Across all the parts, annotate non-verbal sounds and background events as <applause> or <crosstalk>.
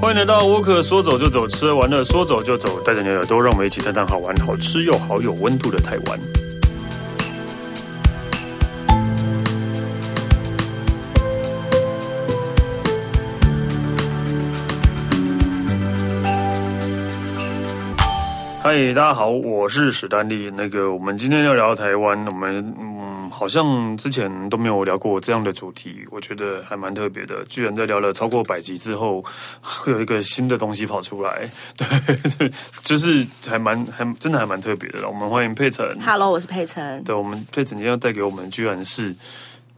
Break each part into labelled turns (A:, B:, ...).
A: 欢迎来到沃克，说走就走，吃完了说走就走，带着你的耳朵，让我们一起探探好玩、好吃又好有温度的台湾。嗨，大家好，我是史丹利。那个，我们今天要聊台湾，我们嗯，好像之前都没有聊过这样的主题，我觉得还蛮特别的。居然在聊了超过百集之后，会有一个新的东西跑出来， <laughs> 对，就是还蛮还真的还蛮特别的啦。我们欢迎佩晨，
B: Hello，我是佩晨。
A: 对，我们佩晨今天要带给我们，居然是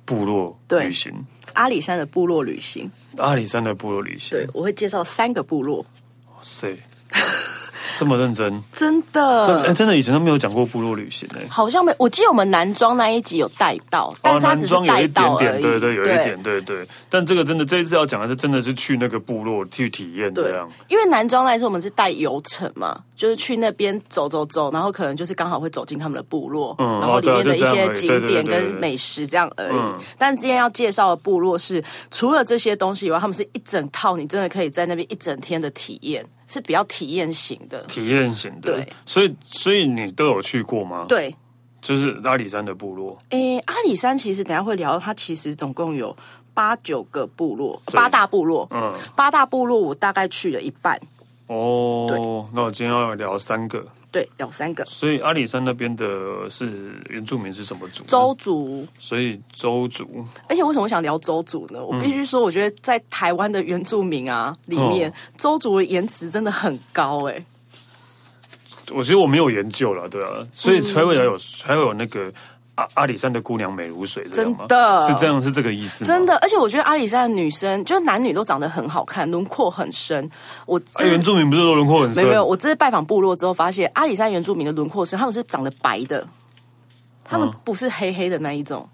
A: 部落
B: 对
A: 旅行，
B: 阿里山的部落旅行，
A: 阿里山的部落旅行。
B: 对，我会介绍三个部落，
A: 哇塞， <laughs> 这么认真，
B: 真
A: 哎，
B: 的。
A: 真的以前都没有讲过部落旅行哎、
B: 好像没，我记得我们男装那一集有带到，但
A: 哦，
B: 是他
A: 男
B: 只是
A: 装有
B: 带
A: 一
B: 到
A: 点
B: 而
A: 点，
B: 已。
A: 对对，有一点，对对。但这个真的，这一次要讲的是，真的是去那个部落去体验
B: 对
A: 这样。，
B: 因为男装那一次我们是带游程嘛，就是去那边走走走，然后可能就是刚好会走进他们的部落，
A: 嗯
B: 然后里
A: 哦
B: 面
A: 对啊
B: 的一些
A: 就这样而已
B: 景点
A: 对对对
B: 跟
A: 对对
B: 美食这样而已。
A: 嗯
B: 但今天要介绍的部落是除了这些东西以外，他们是一整套，你真的可以在那边一整天的体验，是比较体验型的。
A: 体验型的
B: 对，
A: 所以所以你都有去过吗？，
B: 对，
A: 就是阿里山的部落，
B: 诶，阿里山其实等一下会聊，它其实总共有八九个部落，
A: 对
B: 八大部落。
A: 嗯，
B: 八大部落我大概去了一半，
A: 哦，那我今天要聊三个，
B: 对，有三个。
A: 所以阿里山那边的是原住民是什么族？
B: 周，族，
A: 所以周族，
B: 而且为什么我想聊周族呢？我必须说，我觉得在台湾的原住民啊里面，
A: 哦
B: 周族的颜值真的很高欸诶。
A: 我觉得我没有研究了，对啊，所
B: 嗯
A: 以才会有才会有那个阿阿里山的姑娘美如水，这样吗
B: 真的
A: 是这样是这个意思吗？
B: 真的。而且我觉得阿里山的女生，就是男女都长得很好看，轮廓很深。我
A: 啊，
B: 真的
A: 原住民不是都轮廓很
B: 没
A: 深？
B: 有没有，我这次拜访部落之后，发现阿里山原住民的轮廓是他们是长得白的，他们不是黑黑的那一种。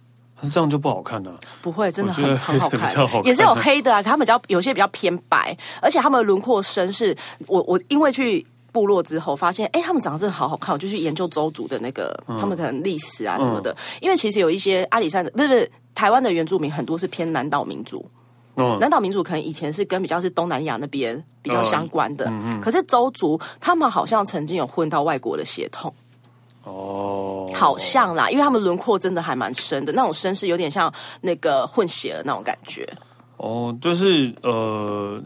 A: 这样就不好看了、啊
B: 不会，真的
A: 我觉
B: 很
A: 得
B: 很好
A: 黑的
B: 看
A: 比较好看，
B: 也是有黑的啊，可他们比较有些比较偏白，而且他们的轮廓深是，我我因为去。部落之后发现，哎、他们长得真的好好看。我就去研究周族的那个，
A: 嗯
B: 他们可能历史啊什么的。因为其实有一些阿里山的，不是不是台湾的原住民，很多是偏南岛民族。
A: 嗯，
B: 南岛民族可能以前是跟比较是东南亚那边比较相关的，
A: 嗯
B: 可是周族他们好像曾经有混到外国的血统，
A: 哦，
B: 好像啦，因为他们轮廓真的还蛮深的，那种深是有点像那个混血的那种感觉。
A: 哦，就是呃，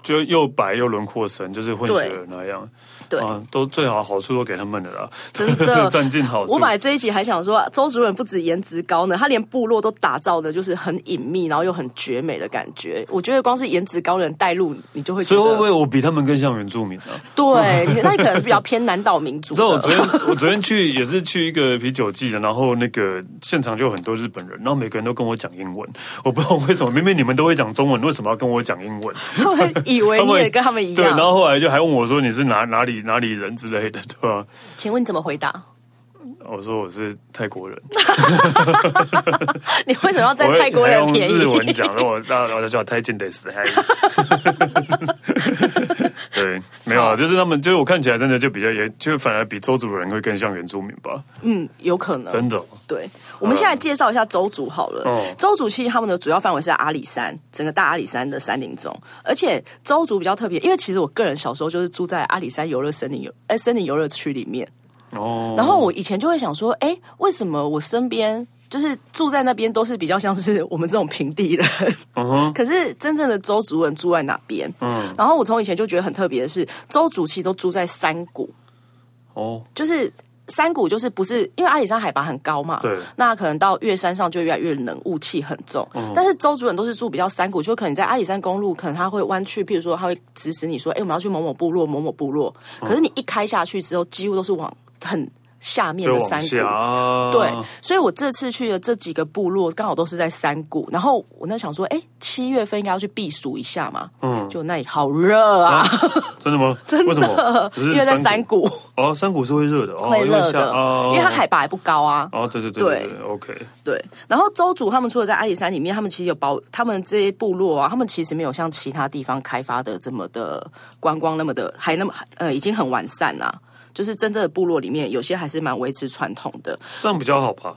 A: 就又白又轮廓深，就是混血
B: 对
A: 儿那样。
B: 对
A: 啊，都最好好处都给他们的啦，
B: 真
A: <laughs>
B: 的
A: 占尽好处。
B: 我本来这一集还想说，周主任不止颜值高呢，他连部落都打造的就是很隐秘，然后又很绝美的感觉。我觉得光是颜值高的人带路，你就会觉
A: 所以会不
B: 得
A: 会我比他们更像原住民啊？
B: 对，你那你可能比较偏南岛民族
A: 你 <laughs> 知道我
B: 的。
A: 昨天我昨天去也是去一个啤酒季的，然后那个现场就有很多日本人，然后每个人都跟我讲英文，我不知道为什么，明明你们都会讲中文，为什么要跟我讲
B: <laughs>
A: 英文？
B: 他们以为哎你也跟他们一
A: 对，然
B: 样。
A: 后后来就还问我说你是哪哪里哪里人之类的，对吧、
B: 请问你怎么回答？
A: 我说我是泰国人，
B: <laughs> 你为什么要占
A: 我会
B: 泰国人的便
A: 还用日文
B: 宜？
A: 讲，然后我然后就叫泰进的
B: <laughs>
A: 死嗨。对，没有啊，
B: 好
A: 就是他们，就是我看起来真的就比较也，就反而比周族人会更像原住民吧，
B: <laughs> 嗯，有可能。
A: 真的哦。
B: 对，我们现在介绍一下周族好了。
A: 嗯
B: 周族其实他们的主要范围是在阿里山，整个大阿里山的山林中。而且周族比较特别，因为其实我个人小时候就是住在阿里山游乐森林游，哎、森林游乐区里面。
A: 哦，
B: 然后我以前就会想说，哎、为什么我身边就是住在那边都是比较像是我们这种平地人？ <laughs>
A: 嗯哼，
B: 可是真正的周族人住在哪边？
A: 嗯，
B: 然后我从以前就觉得很特别的是，周族其实都住在山谷，
A: 哦，
B: 就是山谷，就是不是因为阿里山海拔很高嘛，
A: 对
B: 那可能到越山上就越来越冷，雾气很重。
A: 嗯
B: 但是周主任都是住比较山谷，就可能在阿里山公路，可能他会弯曲，譬如说他会指使你说，哎、我们要去某某部落、某某部落，
A: 嗯
B: 可是你一开下去之后，几乎都是往很下面
A: 就
B: 的山
A: 往
B: 谷。
A: 下，啊
B: 对，所以我这次去的这几个部落刚好都是在山谷，然后我那想说，哎，七月份应该要去避暑一下嘛，嗯，就那里好热啊，
A: 真的吗？
B: 真
A: 为什么
B: 的？，
A: 不是
B: 因为在山谷
A: 哦，山谷是会热的，哦，
B: 会热
A: 因为下
B: 的，
A: 哦
B: 因为它海拔也不高啊，
A: 哦，对对对对对，OK，
B: 对，然后周族他们除了在阿里山里面，他们其实有保，他们这些部落啊，他们其实没有像其他地方开发的这么的观光那么的，还那么呃已经很完善啦、就是真正的部落里面，有些还是蛮维持传统的。
A: 这样比较好吧？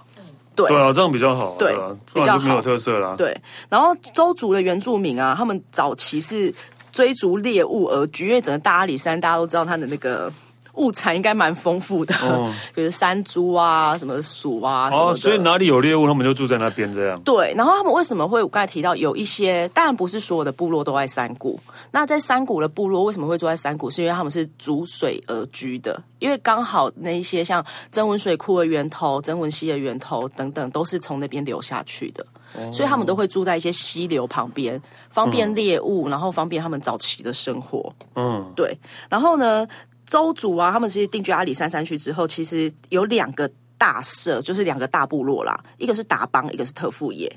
B: 对
A: 对啊，这样比较好啊，
B: 对
A: 啊不
B: 比
A: 然
B: 较
A: 就没有
B: 好
A: 特色啦。
B: 对，然后周族的原住民啊，他们早期是追逐猎物而居，因为整个大阿里山大家都知道它的那个。物产应该蛮丰富的，
A: 哦
B: <laughs> 比如山猪啊、什么鼠啊什么
A: 哦，
B: 的。
A: 所以哪里有猎物，他们就住在那边这样。
B: 对，然后他们为什么会我刚才提到有一些，当然不是所有的部落都在山谷。那在山谷的部落为什么会住在山谷？是因为他们是逐水而居的，因为刚好那一些像曾文水库的源头、曾文溪的源头等等，都是从那边流下去的。所以他们都会住在一些溪流旁边，方便猎物，然后方便他们早期的生活。
A: 嗯，
B: 对，然后呢，周族啊，他们其实定居阿里山山区之后，其实有两个大社，就是两个大部落啦，一个是达邦，一个是特富野。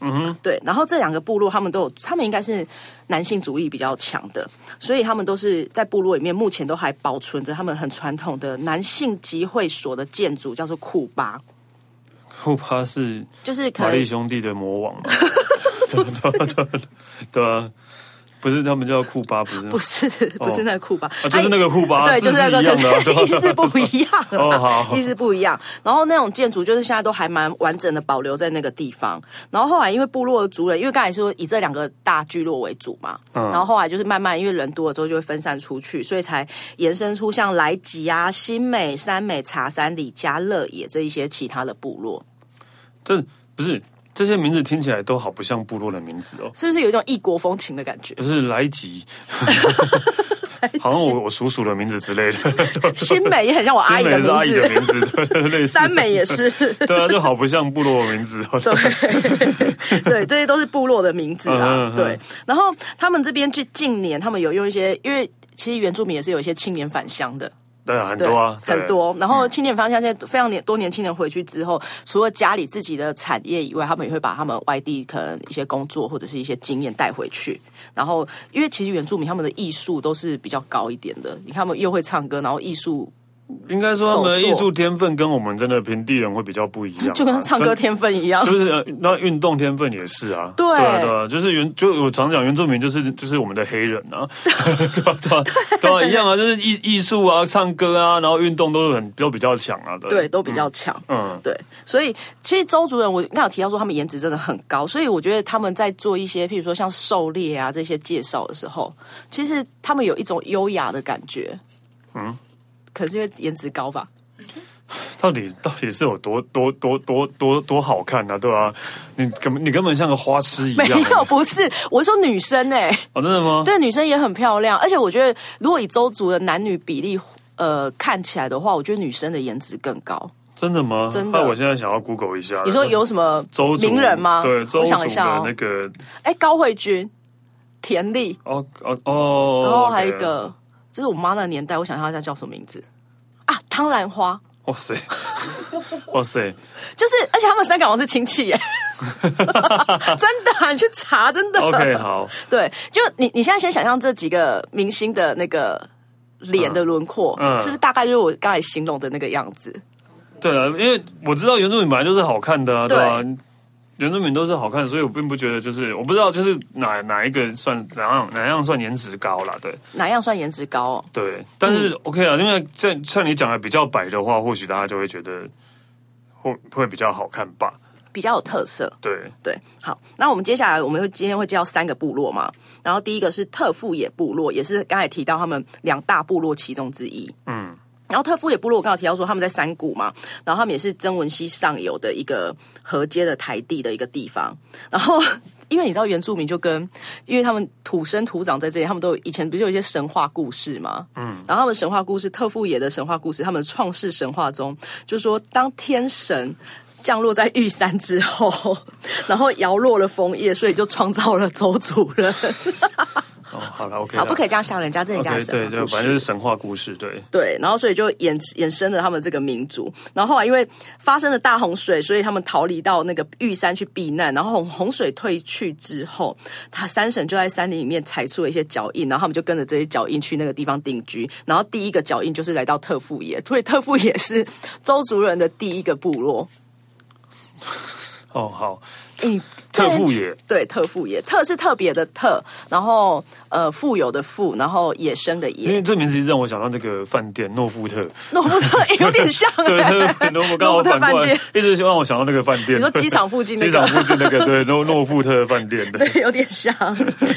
B: 嗯哼，对，然后这两个部落他们都有，他们应该是男性主义比较强的，所以他们都是在部落里面，目前都还保存着他们很传统的男性集会所的建筑，叫做库巴，
A: 库巴是
B: 就是可
A: 玛丽
B: 能
A: 兄弟的魔
B: <laughs>
A: 王嘛？啊对啊，不是他们叫库巴，不是吗
B: 不是不是那个库巴，
A: 啊就是那个库巴，
B: 对，
A: 字
B: 就是那个，
A: 一
B: 可
A: 样
B: 是
A: 的啊，对吧
B: <laughs> 意思不一样
A: <laughs> 哦好
B: 啦，意思不一样。然后那种建筑就是现在都还蛮完整的保留在那个地方。然后后来因为部落的族人，因为刚才说以这两个大聚落为主嘛，
A: 嗯
B: 然后后来就是慢慢因为人多了之后就会分散出去，所以才延伸出像莱吉啊、新美、山美、茶山、李家、乐野这一些其他的部落，
A: 这不是这些名字听起来都好不像部落的名字哦，
B: 是不是有一种异国风情的感
A: <laughs>
B: 觉？
A: 不是莱
B: <laughs>
A: 吉，好像我我叔叔的名字之类的，
B: <laughs> 新美也很像我阿
A: 新
B: 姨
A: 美
B: 的
A: 是阿
B: 名
A: 姨
B: <laughs>
A: 的
B: 字，
A: 名字，对对对类似，
B: 山美也是。
A: 对啊，就好不像部落的名
B: <laughs>
A: 字哦，
B: 对 <laughs> 对，这些都是部落的名字
A: 嗯
B: 啊
A: 嗯嗯。
B: 对，然后他们这边近近年，他们有用一些，因为其实原住民也是有一些青年返乡的，
A: 对啊，很
B: 对
A: 多啊，对
B: 很。多。然后青年返乡现在非常年多年轻人回去之后，除了家里自己的产业以外，他们也会把他们外地可能一些工作或者是一些经验带回去。然后，因为其实原住民他们的艺术都是比较高一点的，你看他们又会唱歌，然后艺术
A: 应该说他们的
B: 手作
A: 艺术天分跟我们真的平地人会比较不一样啊，
B: 就跟唱歌
A: 真
B: 天分一样。
A: 就是呃那运动天分也是啊，
B: 对
A: 啊对啊，就是原就我常讲原住民就是就是我们的黑人
B: <laughs>
A: 啊，对吧对吧对啊一样啊，就是艺艺术啊、唱歌啊，然后运动都很都比较强啊，
B: 对，都比较强。
A: 嗯，
B: 对，所以其实周主任，我刚刚有提到说他们颜值真的很高，所以我觉得他们在做一些，譬如说像狩猎啊这些介绍的时候，其实他们有一种优雅的感觉。
A: 嗯
B: 嗯，可是因为颜值高吧？
A: 到底到底是有多多多多多多好看啊，对吧、啊？你根本你根本像个花痴一
B: 没
A: 样、啊
B: 有，不是，我说女生哎、
A: 哦，真的吗？
B: 对，女生也很漂亮，而且我觉得如果以周族的男女比例。呃，看起来的话，我觉得女生的颜值更高。
A: 真的吗？
B: 真的
A: 那我现在想要 Google 一下，
B: 你说有什么
A: 周呃族
B: 名人吗？
A: 对，周
B: 我
A: 族
B: 想一下
A: 的
B: 哦
A: 那，个
B: 哎、高慧君、田丽，
A: 哦哦哦，
B: 然后还有一
A: OK
B: 个，这是我妈那个年代，我想一下她叫叫什么名字啊？汤兰花，
A: 哇塞， <laughs> 哇塞，
B: 就是，而且他们三个好像是亲
A: <laughs>
B: 戚耶，真的、啊，你去查，真的。
A: OK，好，
B: 对，就你你现在先想象这几个明星的那个脸的轮廓，
A: 嗯嗯
B: 是不是大概就是我刚才形容的那个样子？
A: 对啊，因为我知道原住民本来就是好看的、啊，对
B: 对
A: 吧、原住民都是好看，所以我并不觉得就是我不知道就是哪哪一个算哪样哪样算颜值高啦，对
B: 哪样算颜值高、哦？
A: 对，但是 OK 啊，因为像像你讲的比较白的话，或许大家就会觉得会会比较好看吧，
B: 比较有特色。
A: 对，
B: 对，好，那我们接下来我们会今天会介绍三个部落嘛，然后第一个是特富野部落，也是刚才提到他们两大部落其中之一。嗯，然后特富野部落我刚才提到说他们在山谷嘛，然后他们也是曾文溪上游的一个河街的台地的一个地方，然后。 <laughs> 因为你知道原住民就跟，因为他们土生土长在这里，他们都有以前不是有一些神话故事嘛，嗯，然后他们神话故事，特富野的神话故事，他们创世神话中就说，当天神降落在玉山之后， <laughs> 然后摇落了枫叶，所以就创造了周主人。
A: 哦，好了 OK，
B: 好，不可
A: 以
B: 以这样笑人家，这是人家的
A: 啊 OK，
B: 神话
A: 对，就
B: 故事
A: 反正就是神话故事，对，
B: 对，然后所以就衍衍生了他们这个民族。然后后来因为发生了大洪水，所以他们逃离到那个玉山去避难。然后洪洪水退去之后，他三省就在山林里面踩出了一些脚印，然后他们就跟着这些脚印去那个地方定居。然后第一个脚印就是来到特富野，所以特富野是周族人的第一个部落。
A: 哦，好，
B: 你
A: 特富野
B: 嗯对特富野，特是特别的特，然后呃富有的富，然后野生的
A: 因
B: 野，
A: 为这名字一直让我想到那个饭店诺富特，
B: 诺富特也 <laughs> 有点像、
A: <laughs>
B: 欸，
A: 对，对对，诺富
B: <laughs>
A: 刚好反过
B: 诺富特饭
A: 来
B: 店，
A: 一直让我想到那个饭店。
B: 你说机场附近那
A: 机
B: 个
A: 场附近那个对诺诺富特饭店的，
B: <laughs> 有点像。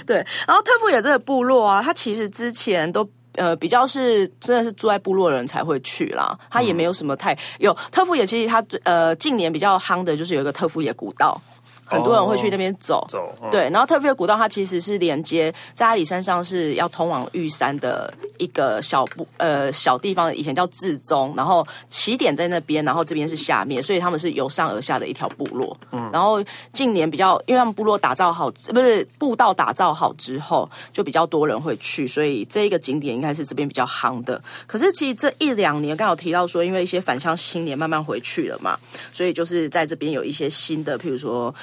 B: 对，然后特富野这个部落啊，它其实之前都。呃，比较是真的是住在部落的人才会去啦，它也没有什么太有特富野。其实它最呃近年比较夯的就是有一个特富野古道，很多人会去那边走。
A: 走嗯
B: 对，然后特富野古道它其实是连接在阿里山上是要通往玉山的一个小部呃小地方，以前叫至宗，然后起点在那边，然后这边是下面，所以他们是由上而下的一条部落。嗯，然后近年比较，因为他们部落打造好，不是步道打造好之后，就比较多人会去，所以这一个景点应该是这边比较夯的。可是其实这一两年刚好提到说，因为一些返乡青年慢慢回去了嘛，所以就是在这边有一些新的，譬如说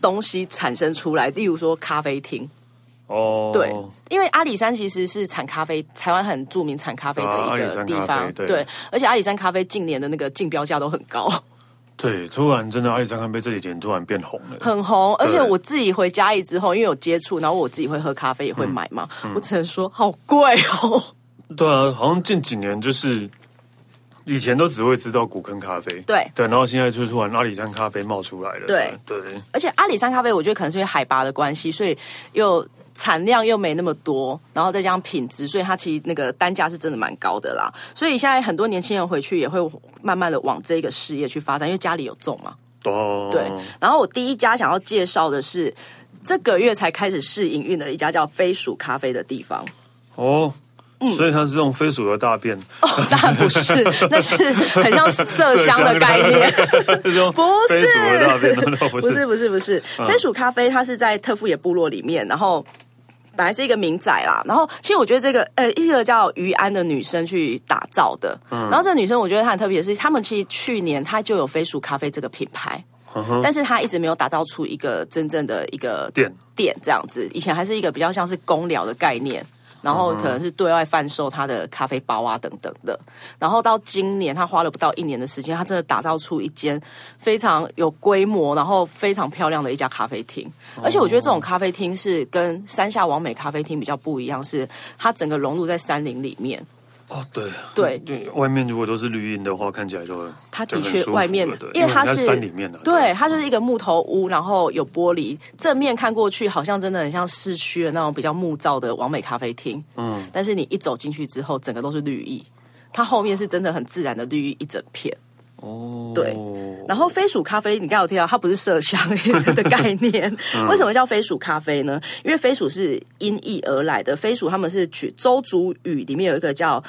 B: 东西产生出来，例如说咖啡厅。
A: 哦，
B: 对，因为阿里山其实是产咖啡，台湾很著名产咖啡
A: 啊阿
B: 的
A: 里
B: 一个
A: 山
B: 地
A: 咖啡
B: 方。
A: 对
B: 而且阿里山咖啡近年的那个竞标价都很高，
A: 对，突然真的阿里山咖啡这几年突然变红了，
B: 很红。而且我自己回家里之后，因为有接触，然后我自己会喝咖啡，也会
A: 嗯
B: 买嘛。我只能说好贵哦。
A: 对啊，好像近几年就是以前都只会知道古坑咖啡，
B: 对
A: 对，然后现在就突然阿里山咖啡冒出来了，
B: 对
A: 对，
B: 而且阿里山咖啡，我觉得可能是因为海拔的关系，所以又产量又没那么多，然后再加上品质，所以它其实那个单价是真的蛮高的啦。所以现在很多年轻人回去也会慢慢的往这个事业去发展，因为家里有种嘛。
A: 哦，
B: 对，然后我第一家想要介绍的是这个月才开始试营运的一家叫飞鼠咖啡的地方。
A: 哦。
B: 嗯
A: 所以它是用飞鼠的大便，
B: 哦，当然不是，那是很像麝香的概念。
A: <laughs> 是用
B: 不
A: 飞
B: 是
A: 鼠的大便， <laughs> 难道不
B: 不
A: 是？嗯
B: 是不是不是，飞鼠咖啡它是在特富野部落里面，然后。本来是一个民宅啦，然后其实我觉得这个呃，一个叫于安的女生去打造的，
A: 嗯
B: 然后这个女生我觉得她很特别的是，他们其实去年她就有飞鼠咖啡这个品牌，但是她一直没有打造出一个真正的一个
A: 店
B: 店这样子，以前还是一个比较像是公聊的概念。然后可能是对外贩售她的咖啡包啊等等的，然后到今年她花了不到一年的时间，她真的打造出一间非常有规模，然后非常漂亮的一家咖啡厅。而且我觉得这种咖啡厅是跟山下完美咖啡厅比较不一样，是它整个融入在山林里面。
A: 哦，对
B: 对
A: 对，外面如果都是绿荫的话，看起来就
B: 它
A: 就
B: 的
A: 很
B: 确
A: 舒服
B: 外面
A: 了对，
B: 因为它
A: 它
B: 是
A: 山里面啊的，
B: 对，嗯它就是一个木头屋，然后有玻璃，正面看过去好像真的很像市区的那种比较木造的完美咖啡厅。嗯，但是你一走进去之后，整个都是绿意，它后面是真的很自然的绿意一整片。
A: 哦，
B: 对然后飞鼠咖啡，你刚刚有提到它不是麝香的概 <laughs> 念，为什么叫飞鼠咖啡呢？因为飞鼠是音译而来的，飞鼠他们是取周族语里面有一个叫，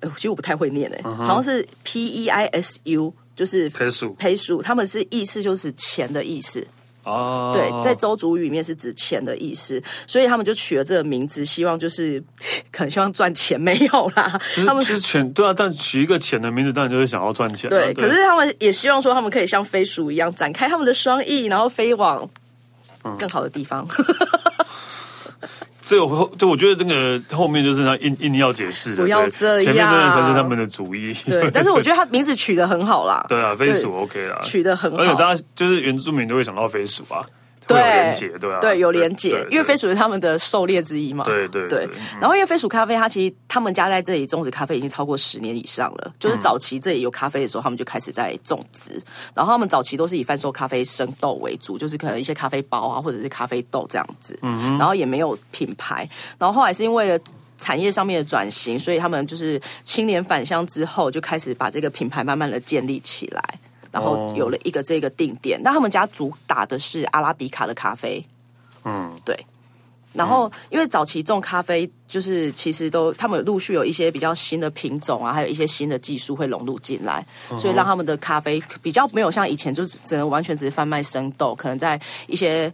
B: 呃其实我不太会念诶、好像是 P E I S U，就是
A: 飞鼠
B: 培鼠，他们是意思就是钱的意思。
A: 啊，
B: 对，在周族语里面是指钱的意思，所以他们就取了这个名字，希望就是 <laughs> 可能希望赚钱没有啦，
A: 就是
B: 他们
A: 就是钱对啊，但取一个钱的名字，当然就是想要赚钱啊，
B: 对，可是他们也希望说，他们可以像飞鼠一样展开他们的双翼，然后飞往
A: 嗯
B: 更好的
A: <laughs>
B: 地方。
A: 这个后就我觉得这个后面就是他硬硬要解释的，
B: 不要
A: 对
B: 这样
A: 前面真的才是他们的主意。
B: 对，但是我觉得他名字取得很好啦，
A: <laughs> 对啊，飞鼠
B: 对
A: OK 啦，
B: 取得很好
A: 而且大家就是原住民都会想到飞鼠啊，
B: 对
A: 会有连结，对啊，
B: 对，有连结
A: 对，对
B: 因为飞鼠是他们的狩猎之一嘛。
A: 对对
B: 对
A: 对，
B: 然后因为飞鼠咖啡，它其实他们家在这里种植咖啡已经超过十年以上了，就是早期这里有咖啡的时候，他们就开始在种植。然后他们早期都是以贩售咖啡生豆为主，就是可能一些咖啡包啊，或者是咖啡豆这样子。然后也没有品牌，然后后来是因为了。产业上面的转型，所以他们就是青年返乡之后，就开始把这个品牌慢慢的建立起来，然后
A: 哦
B: 有了一个这个定点。那他们家主打的是阿拉比卡的咖啡，
A: 嗯，
B: 对。然后，因为早期种咖啡，就是其实都他们有陆续有一些比较新的品种啊，还有一些新的技术会融入进来，所以让他们的咖啡比较没有像以前就是只能完全只是贩卖生豆，可能在一些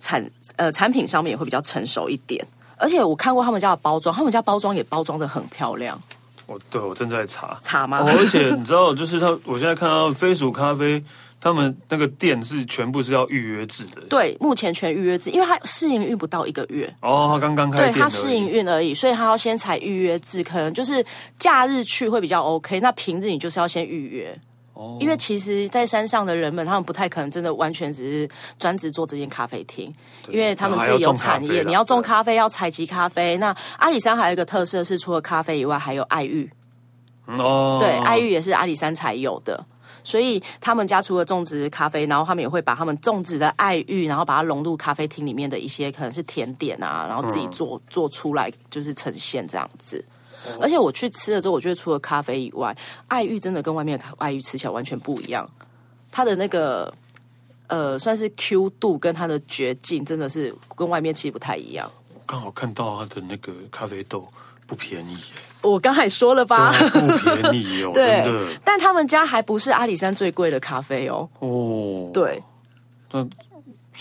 B: 产呃产品上面也会比较成熟一点。而且我看过他们家的包装，他们家包装也包装的很漂亮，
A: 我对我正在查，
B: 茶吗？
A: 哦，而且你知道，就是他，我现在看到飞鼠咖啡，他们那个店是全部是要预约制的，
B: 对，目前全预约制，因为它试营运不到一个月，
A: 哦，他刚刚开
B: 对
A: 店而
B: 它
A: 已
B: 试营运而已，所以它要先采预约制，可能就是假日去会比较 OK，那平日你就是要先预约。
A: 哦
B: 因为其实，在山上的人们，他们不太可能真的完全只是专职做这间咖啡厅，因为他们自己有产
A: 啊还要种咖啡
B: 业，
A: 啦
B: 你要种咖啡，要采集咖啡。那阿里山还有一个特色是，除了咖啡以外，还有爱玉，
A: 嗯哦，
B: 对，爱玉也是阿里山才有的。所以他们家除了种植咖啡，然后他们也会把他们种植的爱玉，然后把它融入咖啡厅里面的一些可能是甜点啊，然后自己
A: 嗯
B: 做、做出来，就是呈现这样子。
A: 哦
B: 而且我去吃了之后，我觉得除了咖啡以外，爱玉真的跟外面的咖爱玉吃起来完全不一样，它的那个呃算是 Q 度跟它的绝境真的是跟外面其实不太一样。
A: 我刚好看到它的那个咖啡豆不便宜耶，
B: 我刚才说了吧，
A: 不便宜
B: <laughs>
A: 哦，真的
B: 但他们家还不是阿里山最贵的咖啡哦，
A: 哦，，
B: 对。
A: 那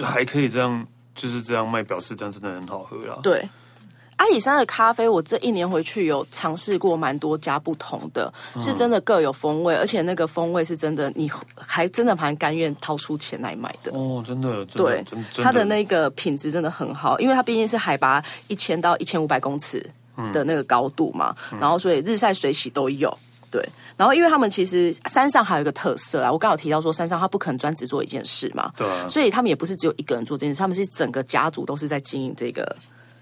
A: 还可以这样，就是这样卖，表示这样真的很好喝啊啦。
B: 对，阿里山的咖啡，我这一年回去有尝试过蛮多家不同的，是真的各有风味，而且那个风味是真的，你还真的蛮甘愿掏出钱来买的。
A: 哦，真的，真
B: 对
A: 的，真，真
B: 它的那个品质真的很好，因为它毕竟是海拔一千到一千五百公尺
A: 嗯
B: 的那个高度嘛，然后所以日晒水洗都有。对，然后因为他们其实山上还有一个特色啊，我刚好提到说山上他不可能专职做一件事嘛，
A: 对啊
B: 所以他们也不是只有一个人做这件事，他们是整个家族都是在经营这个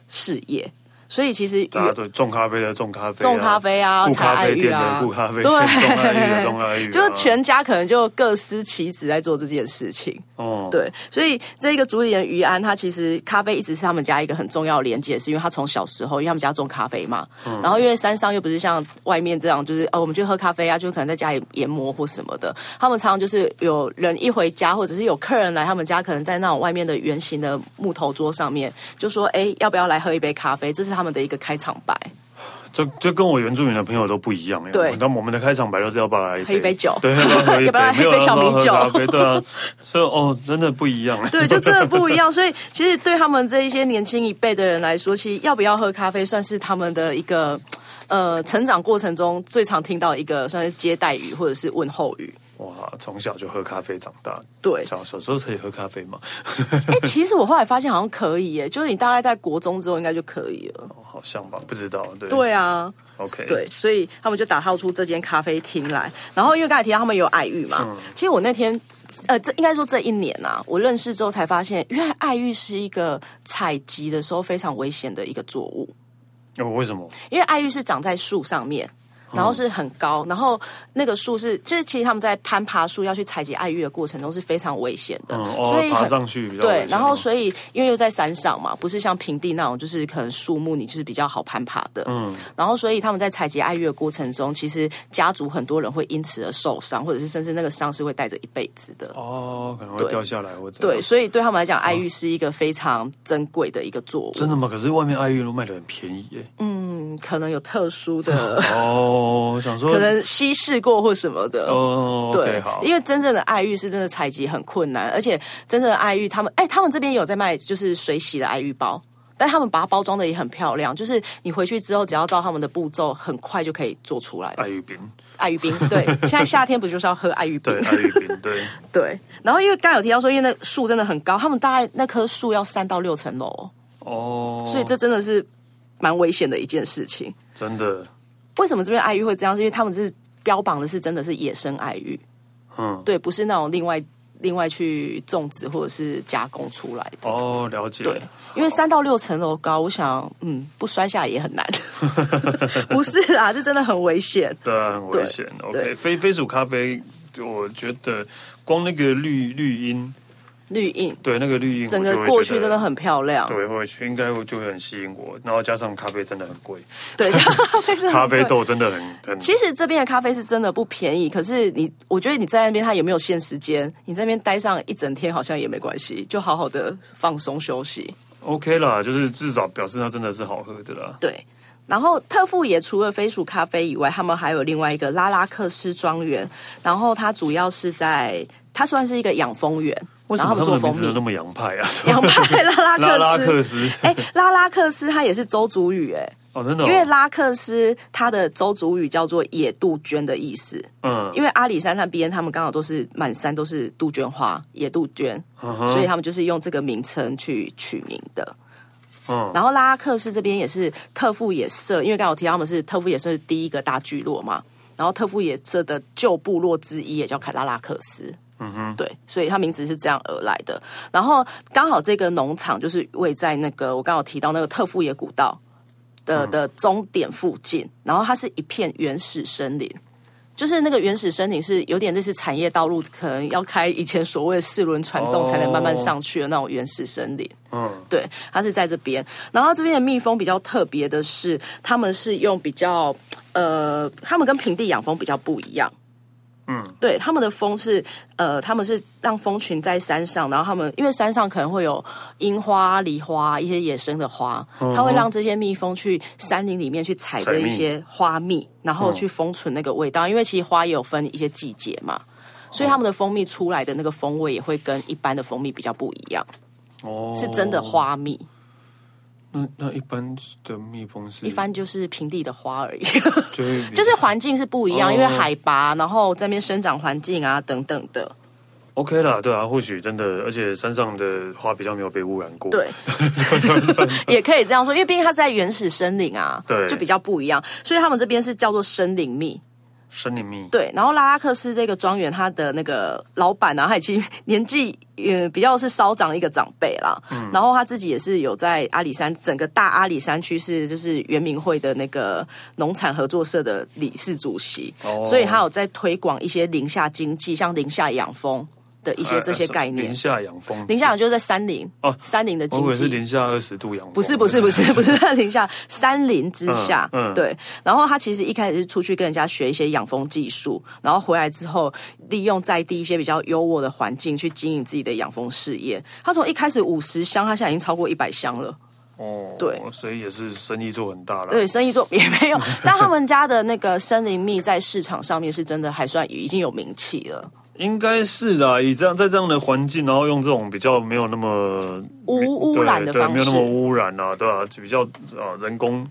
B: 事业，所以其实
A: 大家对种咖啡的种咖啡啊，
B: 种咖啡啊
A: 顾
B: 采
A: 咖
B: 爱
A: 啡
B: 玉
A: 店
B: 啊
A: 的顾咖啡，
B: 对
A: 种爱玉
B: <laughs>
A: 的种爱玉啊，
B: 就是全家可能就各司其职在做这件事情。
A: 哦，
B: 对，所以这个主理人于安，他其实咖啡一直是他们家一个很重要的连接，是因为他从小时候，因为他们家种咖啡嘛，然后因为山上又不是像外面这样，就是哦，我们去喝咖啡啊，就可能在家里研磨或什么的。他们常常就是有人一回家，或者是有客人来他们家，可能在那种外面的圆形的木头桌上面，就说哎，要不要来喝一杯咖啡？这是他们的一个开场白，
A: 这这跟我原住民的朋友都不一样耶。
B: 对
A: 那我们的开场白都是要不要来一
B: 喝一杯酒
A: 对，要不要喝一
B: <laughs> 要不要来
A: 杯，
B: 喝一杯
A: 没有
B: 小米
A: 要不要
B: 酒
A: 喝咖啡，对
B: <laughs>
A: 啊，所以哦，真的不一样。
B: 对，就真的不一样。所以其实对他们这一些年轻一辈的人来说，其实要不要喝咖啡，算是他们的一个呃成长过程中最常听到一个算是接待语或者是问候语。
A: <laughs> 哇，从小就喝咖啡长大，
B: 对
A: 小小时候可以喝咖啡嘛？
B: 哎、其实我后来发现好像可以耶，就是你大概在国中之后应该就可以了。
A: 好像吧，不知道，对哎
B: 对啊，
A: ，OK，
B: 对，，所以他们就打造出这间咖啡厅来。然后因为刚才提到他们有爱玉嘛，其实我那天。呃，这应该说这一年啊，我认识之后才发现，原来爱玉是一个采集的时候非常危险的一个作物。
A: 哦，为什么？
B: 因为爱玉是长在树上面。
A: 哦
B: 然后是很高，然后那个树是，就是其实他们在攀爬树要去采集爱玉的过程中是非常危险的，
A: 嗯，
B: 所
A: 哦
B: 以，
A: 爬
B: 很
A: 上去比较危
B: 对
A: 险，
B: 然后
A: 哦
B: 所以因为又在山上嘛，不是像平地那种，就是可能树木你就是比较好攀爬的。嗯，然后所以他们在采集爱玉的过程中，其实家族很多人会因此而受伤，或者是甚至那个伤是会带着一辈子的。
A: 哦，可能会掉下来或者
B: 对，所以对他们来讲，爱玉是一个非常珍贵的一个作物，
A: 真的吗？可是外面爱玉都卖的很便宜耶。
B: 嗯，可能有特
A: <laughs>
B: 殊的，
A: 哦，我想说
B: 可能稀释过或什么的。
A: 哦
B: 对
A: ，OK，好，
B: 因为真正的爱玉是真的采集很困难，而且真正的爱玉，他们哎，他们这边有在卖就是水洗的爱玉包，但他们把它包装的也很漂亮，就是你回去之后只要照他们的步骤，很快就可以做出来了。
A: 爱玉冰，
B: 爱玉冰，
A: <laughs>
B: 对，现在夏天不就是要喝爱玉冰
A: 对，？啊爱玉冰，对，
B: 对。然后因为刚才有提到说，因为那树真的很高，他们大概那棵树要三到六层楼哦，
A: 哦，
B: 所以这真的是蛮危险的一件事情。
A: 真的，
B: 为什么这边爱玉会这样？是因为他们是标榜的是真的是野生爱玉，
A: 嗯，
B: 对，不是那种另外另外去种植或者是加工出来的。
A: 哦，了解，
B: 对，因为三到六层楼高，我想，嗯，不摔下来也很难。 <laughs> 不是啦，这真的很危险。
A: 对啊，很危险。OK，
B: 对
A: 非非属咖啡，我觉得光那个绿绿荫，
B: 绿印
A: 对那个绿荫，
B: 整
A: 我
B: 个
A: 就会
B: 过
A: 觉
B: 去
A: 得
B: 真的很漂亮。
A: 对，会去应该会就会很吸引我。然后加上咖啡真的很贵，
B: 对，咖啡真的很
A: <laughs> 咖啡
B: 贵。
A: 豆真的
B: <laughs>
A: 很很，
B: 其实这边的咖啡是真的不便宜，可是你，我觉得你在那边它有没有限时间？你在那边待上一整天好像也没关系，就好好的放松休息。
A: OK 啦，就是至少表示它真的是好喝的啦。
B: 对。然后特富也除了飞鼠咖啡以外，他们还有另外一个拉拉克斯庄园，然后它主要是在它算是一个养蜂园，
A: 为什
B: 然后
A: 么他
B: 做
A: 们的
B: 蜂
A: 名字都那
B: 蜜。
A: 么洋派啊？
B: <laughs> 洋
A: <laughs>
B: 派拉
A: 拉拉
B: 拉克斯，
A: 克斯，
B: 哎，拉拉克斯它也是周族语哎，
A: 哦，真的、
B: 因为
A: 哦，
B: 拉克斯它的周族语叫做野杜鹃的意思，
A: 嗯，
B: 因为阿里山那边他们刚好都是满山都是杜鹃花、野杜鹃，所以他们就是用这个名称去取名的。
A: 嗯
B: 然后拉克斯这边也是特富野社，因为刚刚有提到他们是特富野社是第一个大聚落嘛，然后特富野社的旧部落之一也叫凯拉拉克斯。嗯哼，对，所以它名字是这样而来的。然后刚好这个农场就是位在那个我刚好提到那个特富野古道的的终点附近，然后它是一片原始森林。就是那个原始森林是有点类似产业道路，可能要开以前所谓的四轮传动才能慢慢上去的那种原始森林。
A: 嗯，
B: 对，它是在这边。然后这边的蜜蜂比较特别的是，他们是用比较呃，他们跟平地养蜂比较不一样。
A: 嗯，
B: 对，他们的蜂是呃，他们是让蜂群在山上，然后他们因为山上可能会有樱花、梨花一些野生的花，
A: 嗯
B: 它会让这些蜜蜂去山林里面去采这一些花蜜，
A: 嗯
B: 然后去封存那个味道，因为其实花也有分一些季节嘛。所以他们的蜂蜜出来的那个风味也会跟一般的蜂蜜比较不一样，
A: 哦，
B: 是真的。花蜜，
A: 那那一般的蜜蜂是
B: 一般就是平地的花而已。 <laughs>
A: 就会比
B: 就是环境是不一样，
A: 哦
B: 因为海拔，然后这边生长环境啊等等的，
A: OK 啦，对啊，或许真的，而且山上的花比较没有被污染过。 <laughs>
B: 对，也可以这样说，因为毕竟它是在原始森林啊，
A: 对
B: 就比较不一样，所以他们这边是叫做森林蜜，
A: 森林蜜，
B: 对。然后拉拉克斯这个庄园，它的那个老板啊，他已经 <laughs> 年纪呃比较是稍长一个长辈啦，
A: 嗯
B: 然后他自己也是有在阿里山整个大阿里山区是就是原民会的那个农产合作社的理事主席，
A: 哦
B: 所以他有在推广一些林下经济，像林下养蜂的
A: 呃
B: 一些这些概
A: 哎林
B: 念。
A: 下养蜂，
B: 林下养就是在山林
A: 哦
B: 山林的
A: 我以
B: 经
A: 为
B: 济
A: 是零下二十度养蜂，
B: 不是不是不是不是 <laughs> 在林下，山林之下，
A: 哦嗯嗯
B: 对。然后他其实一开始是出去跟人家学一些养蜂技术，然后回来之后利用在地一些比较优渥的环境去经营自己的养蜂事业。他从一开始五十箱，他现在已经超过一百箱了。
A: 哦，
B: 对
A: 所以也是生意做很大了。
B: 对，，生意做也
A: <laughs>
B: 没有，但他们家的那个森林蜜在市场上面是真的还算已经有名气了，
A: 应该是啦。以这样在这样的环境，然后用这种比较没有那么
B: 污污染的
A: 对对
B: 方
A: 没有
B: 式
A: 那么。污染啊，对啊，比较呃人工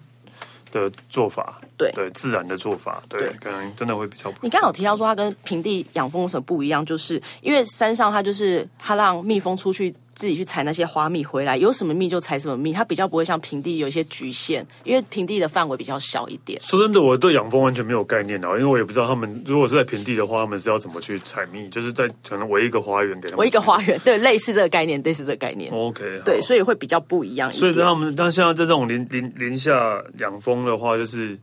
A: 的做法，
B: 对
A: 对，自然的做法，对，
B: 对
A: 可能真的会比较不。
B: 你刚刚有提到说它跟平地养蜂有什么不一样，就是因为山上它就是它让蜜蜂出去自己去采那些花蜜回来，有什么蜜就采什么蜜，它比较不会像平地有一些局限，因为平地的范围比较小一点。
A: 说真的，我对养蜂完全没有概念啊，因为我也不知道他们如果是在平地的话，他们是要怎么去采蜜，就是在可能围一个花园给他们。
B: 我一个花园，对，类似这个概念，类似这个概念，
A: ，OK，好
B: 对，所以会比较不一样一点。
A: 哦所以他们，但现在在这种林林林下养蜂的话，就是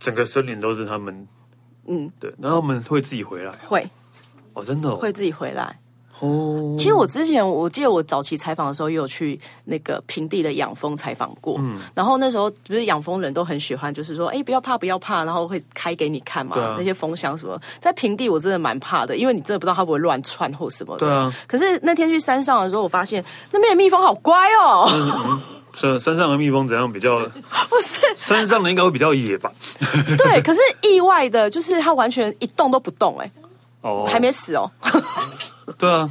A: 整个森林都是他们，
B: 嗯，
A: 对，然后他们会自己回来，啊
B: 会
A: 哦，真的、哦，
B: 会自己回来。
A: 哦，
B: 其实我之前，我记得我早期采访的时候，也有去那个平地的养蜂采访过。
A: 嗯
B: 然后那时候不是养蜂人都很喜欢，就是说，哎，不要怕，不要怕，然后会开给你看嘛，
A: 对啊
B: 那些蜂箱什么。在平地我真的蛮怕的，因为你真的不知道它会不会乱窜或什么的。
A: 对啊，
B: 可是那天去山上的时候，我发现那边的蜜蜂好乖哦，
A: 嗯山山上的蜜蜂怎样比较？
B: <laughs> 不是？
A: <laughs> 山上的应该会比较野吧？
B: 对，可是意外的就是它完全一动都不动、哎、
A: 哦，
B: 还没死哦。
A: 对啊，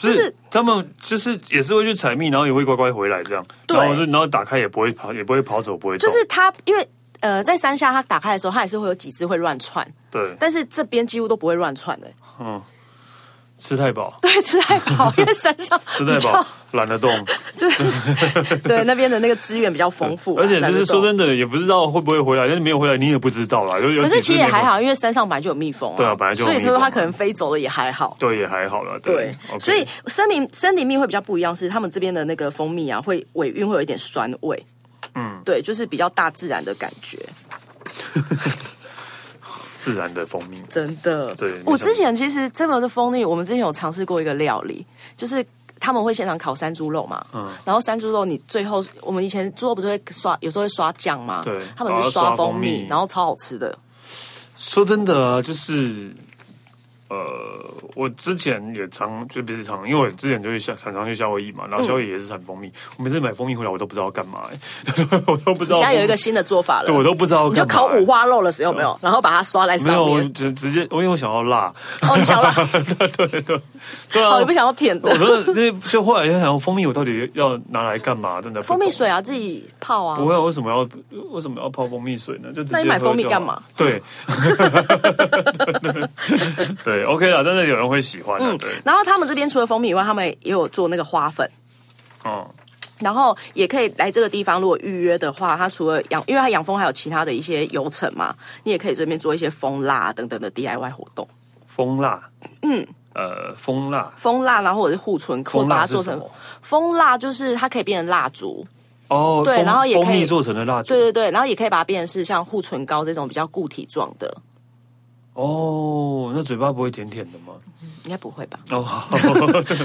A: 就是是他们就是也是会去采蜜，然后也会乖乖回来这样，
B: 对
A: 然后就然后打开也不会跑，也不会跑走，不会
B: 就
A: 动
B: 是它，因为呃，在山下它打开的时候，它也是会有几只会乱窜，
A: 对，
B: 但是这边几乎都不会乱窜的、哎
A: 吃太
B: <laughs>
A: 饱，
B: 对，吃太饱，因为
A: <laughs>
B: 山上
A: 吃
B: 比
A: 太
B: 较
A: 饱，懒得动，
B: <laughs> 就是对那边的那个资源比较丰富啊，
A: 而且就是说
B: 的，
A: 真的，也不知道会不会回来，但是没有回来你也不知道啦。就有
B: 可是
A: 几只
B: 其实也
A: 没有
B: 还，好，因为山上本来就有蜜蜂、啊，
A: 对啊本来就有
B: 所以
A: 蜜
B: 说
A: 蜂
B: 它可能飞走了也还好。
A: 对，也还好了，
B: 对
A: 对，OK
B: 所以森林森林蜜会比较不一样，是他们这边的那个蜂蜜啊，会尾韵会有一点酸味，嗯，对，就是比较大自然的感觉，
A: 自然的蜂蜜
B: 真的。
A: 对没
B: 我
A: 想
B: 之前其实这么的蜂蜜，我们之前有尝试过一个料理，就是他们会现场烤山猪肉嘛，嗯，然后山猪肉你最后我们以前猪肉不是会刷，有时候会刷酱嘛，
A: 对
B: 他们
A: 然
B: 是
A: 后
B: 刷
A: 刷
B: 蜂
A: 蜂
B: 蜜，
A: 蜜
B: 然后超好吃的，
A: 说真的啊，就是呃，我之前也常就不是常，因为我之前就去夏常常去夏威夷嘛，然后夏
B: 嗯
A: 威夷也是产蜂蜜，我每次买蜂蜜回来我都不知道干嘛、欸， <laughs> 我都不知道。
B: 现在有一个，新的做法了，
A: 对我都不知道
B: 你就
A: 干嘛、嗯欸
B: 烤五花肉的时候有没有，然后把它刷在
A: 没
B: 上
A: 有，我
B: 面。
A: 直直接，我因为我想要辣，
B: 哦，你
A: <laughs>
B: 想要，
A: 对啊，
B: 哦，你不想要甜
A: 我
B: 的？
A: 说那就后来就想，蜂蜜我到底要拿来干嘛？真的不懂
B: 蜂蜜水啊，自己泡啊
A: 不。会啊，为什么要为什么要泡蜂蜜水呢？就直接
B: 那你买
A: 喝就好
B: 蜂蜜干嘛？
A: 对， <laughs> 对，OK 啦，真的有人会喜欢的、
B: 嗯
A: 对，
B: 然后他们这边除了蜂蜜以外，他们也有做那个花粉，
A: 嗯，
B: 然后也可以来这个地方，如果预约的话，它除了养，因为它养蜂还有其他的一些游程嘛，你也可以这边做一些蜂蜡等等的 DIY 活动。
A: 蜂蜡，嗯，呃，蜂蜡，
B: 蜂蜡，然后我是护唇扣，
A: 蜂
B: 把
A: 蜡
B: 它
A: 是
B: 做
A: 什
B: 成
A: 么？
B: 蜂蜡，就是它可以变成蜡烛，
A: 哦，
B: 对
A: 蜂
B: 然后也可以
A: 蜂蜜做成的蜡烛
B: 对，对对，然后也可以把它变成是像护唇膏这种比较固体状的，
A: 哦，那嘴巴不会甜甜的吗？
B: 应该不会吧？
A: 哦， <laughs> 好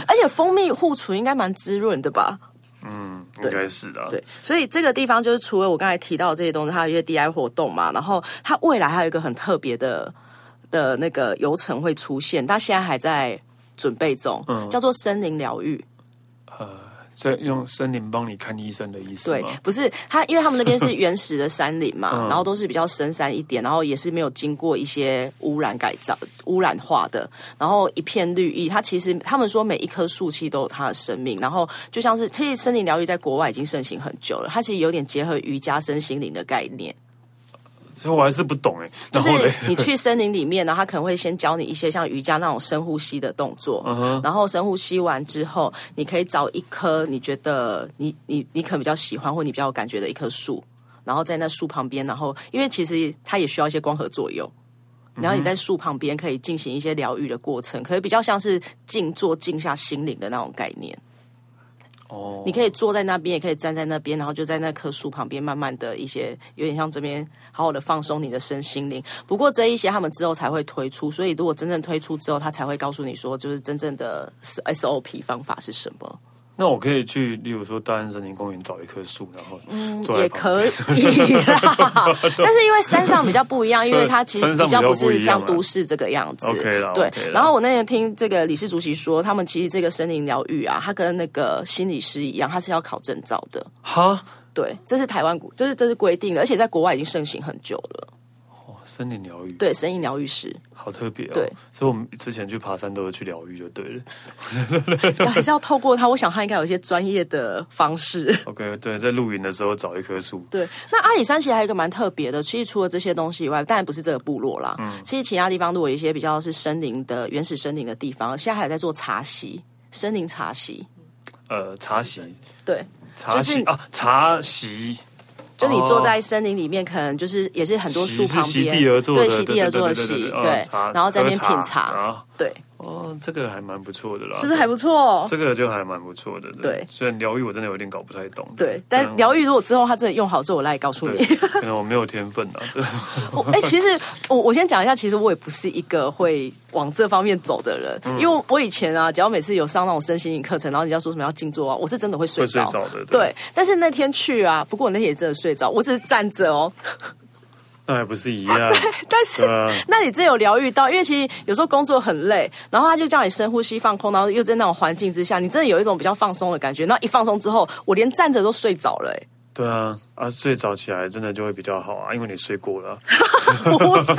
B: 而且蜂蜜护唇应该蛮滋润的吧？
A: 嗯，应该是的啊。
B: 对，所以这个地方就是除了我刚才提到的这些东西，它有一些 DI 活动嘛，然后它未来还有一个很特别的的那个游程会出现，它现在还在准备中，叫做森林疗愈。
A: 所以用森林帮你看医生的意思
B: 对
A: 吗？，
B: 不是它，因为他们那边是原始的山林嘛，然后都是比较深山一点，然后也是没有经过一些污染改造、污染化的，然后一片绿意。它其实他们说每一棵树其实都有它的生命，然后就像是其实森林疗愈在国外已经盛行很久了，它其实有点结合瑜伽身心灵的概念。
A: 所以我还是不懂哎。
B: 就
A: 然
B: 是
A: 后嘞，
B: 你去森林里面，然后他可能会先教你一些像瑜伽那种深呼吸的动作
A: 嗯
B: 然后深呼吸完之后，你可以找一棵你觉得你你你可能比较喜欢或你比较有感觉的一棵树，然后在那树旁边，然后因为其实它也需要一些光合作用。
A: 嗯
B: 然后你在树旁边可以进行一些疗愈的过程，可以比较像是静坐、静下心灵的那种概念。
A: 哦，
B: 你可以坐在那边，也可以站在那边，然后就在那棵树旁边，慢慢的一些有点像这边好好的放松你的身心灵。不过这一些他们之后才会推出，所以如果真正推出之后，他才会告诉你说，就是真正的 S SOP 方法是什么。
A: 那我可以去，例如说大安森林公园找一棵树，然后坐在
B: 嗯也
A: 旁边
B: 可以啦，但是因为山上比较不一样，因为它其实
A: 山上
B: 比
A: 比较
B: 较不
A: 不一
B: 是
A: 样
B: 像
A: 啊
B: 都市这个样子。
A: OK 啦
B: 对
A: OK 啦。
B: 然后我那天听这个理事主席说，他们其实这个森林疗愈啊，它跟那个心理师一样，它是要考证照的。
A: 哈，
B: 对，这是台湾古，就是这是规定的，而且在国外已经盛行很久了。
A: 哦森林疗愈，
B: 对，声音疗
A: <laughs>
B: 愈师
A: 好特别哦。
B: 对，
A: 所以我们之前去爬山都是去疗愈，就对了。
B: 还是要透过他，我想他应该有一些专业的方式。
A: OK，对，在露营的时候找一棵树，
B: 对，那阿里山其实还有一个蛮特别的，其实除了这些东西以外，当然不是这个部落啦，
A: 嗯
B: 其实其他地方都有一些比较是森林的原始森林的地方，现在还有在做茶席，森林茶席。
A: 呃，茶席，
B: 对，
A: 茶席
B: 就是
A: 啊，茶席，
B: 就你坐
A: 哦
B: 在森林里面，可能就是也是很多
A: 席
B: 树
A: 是
B: 旁
A: 席
B: 边，
A: 地而坐的，
B: 对，席地而坐的
A: 对
B: 席，
A: 对，
B: 对
A: 哦，茶
B: 然后在那边
A: 喝
B: 品茶，
A: 啊
B: 对，
A: 哦，这个还蛮不错的啦，
B: 是不是还不错？哦
A: 这个就还蛮不错的，
B: 对
A: 虽然疗愈我真的有点搞不太懂，
B: 对，但疗愈如果之后他真的用好之后，我来告诉你
A: 啊对。， <laughs> 可能我没有天分啊。
B: <laughs>
A: 对
B: 我 <laughs> 哎、其实我我先讲一下，其实我也不是一个会往这方面走的人，因为我以前啊，只要每次有上那种身心灵课程，然后人家说什么要静坐啊，我是真的会睡着。
A: 会睡着的对
B: 对但是那天去啊，不过我那天也真的睡着，我只是站着哦。 <laughs>
A: 那还不是一样？
B: 但是，
A: 对啊
B: 那你真有疗愈到，因为其实有时候工作很累，然后他就叫你深呼吸、放空，然后又在那种环境之下，你真的有一种比较放松的感觉。然后一放松之后，我连站着都睡着了、哎
A: 对啊，啊，睡着起来真的就会比较好啊，因为你睡过了啊。
B: <laughs> 不是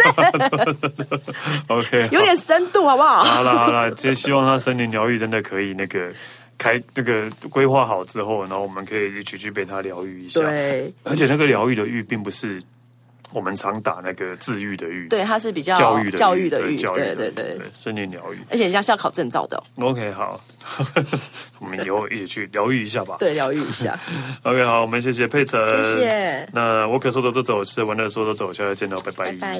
B: <laughs>
A: OK，
B: 有点深度，好不好？
A: 好啦好啦，就希望他森林疗愈真的可以那个开那个规划好之后，然后我们可以一起去被他疗愈一下。，
B: 对
A: 而且那个疗愈的愈，并不是我们常打那个治愈的愈，
B: 对，它是比较
A: 教育的
B: 教育的
A: 对
B: 育，
A: 教育
B: 对
A: 的
B: 对
A: 育
B: 对。
A: 森林疗愈。
B: 而且人家是要考证照的哦、
A: OK，好， <laughs> 我们以后一起去疗愈一下吧。
B: 对，疗愈一下，
A: OK，好，我们谢谢佩晨，
B: 谢谢
A: 那我可说走就走，是玩乐说走就走，下次见喽，拜
B: <laughs> 拜。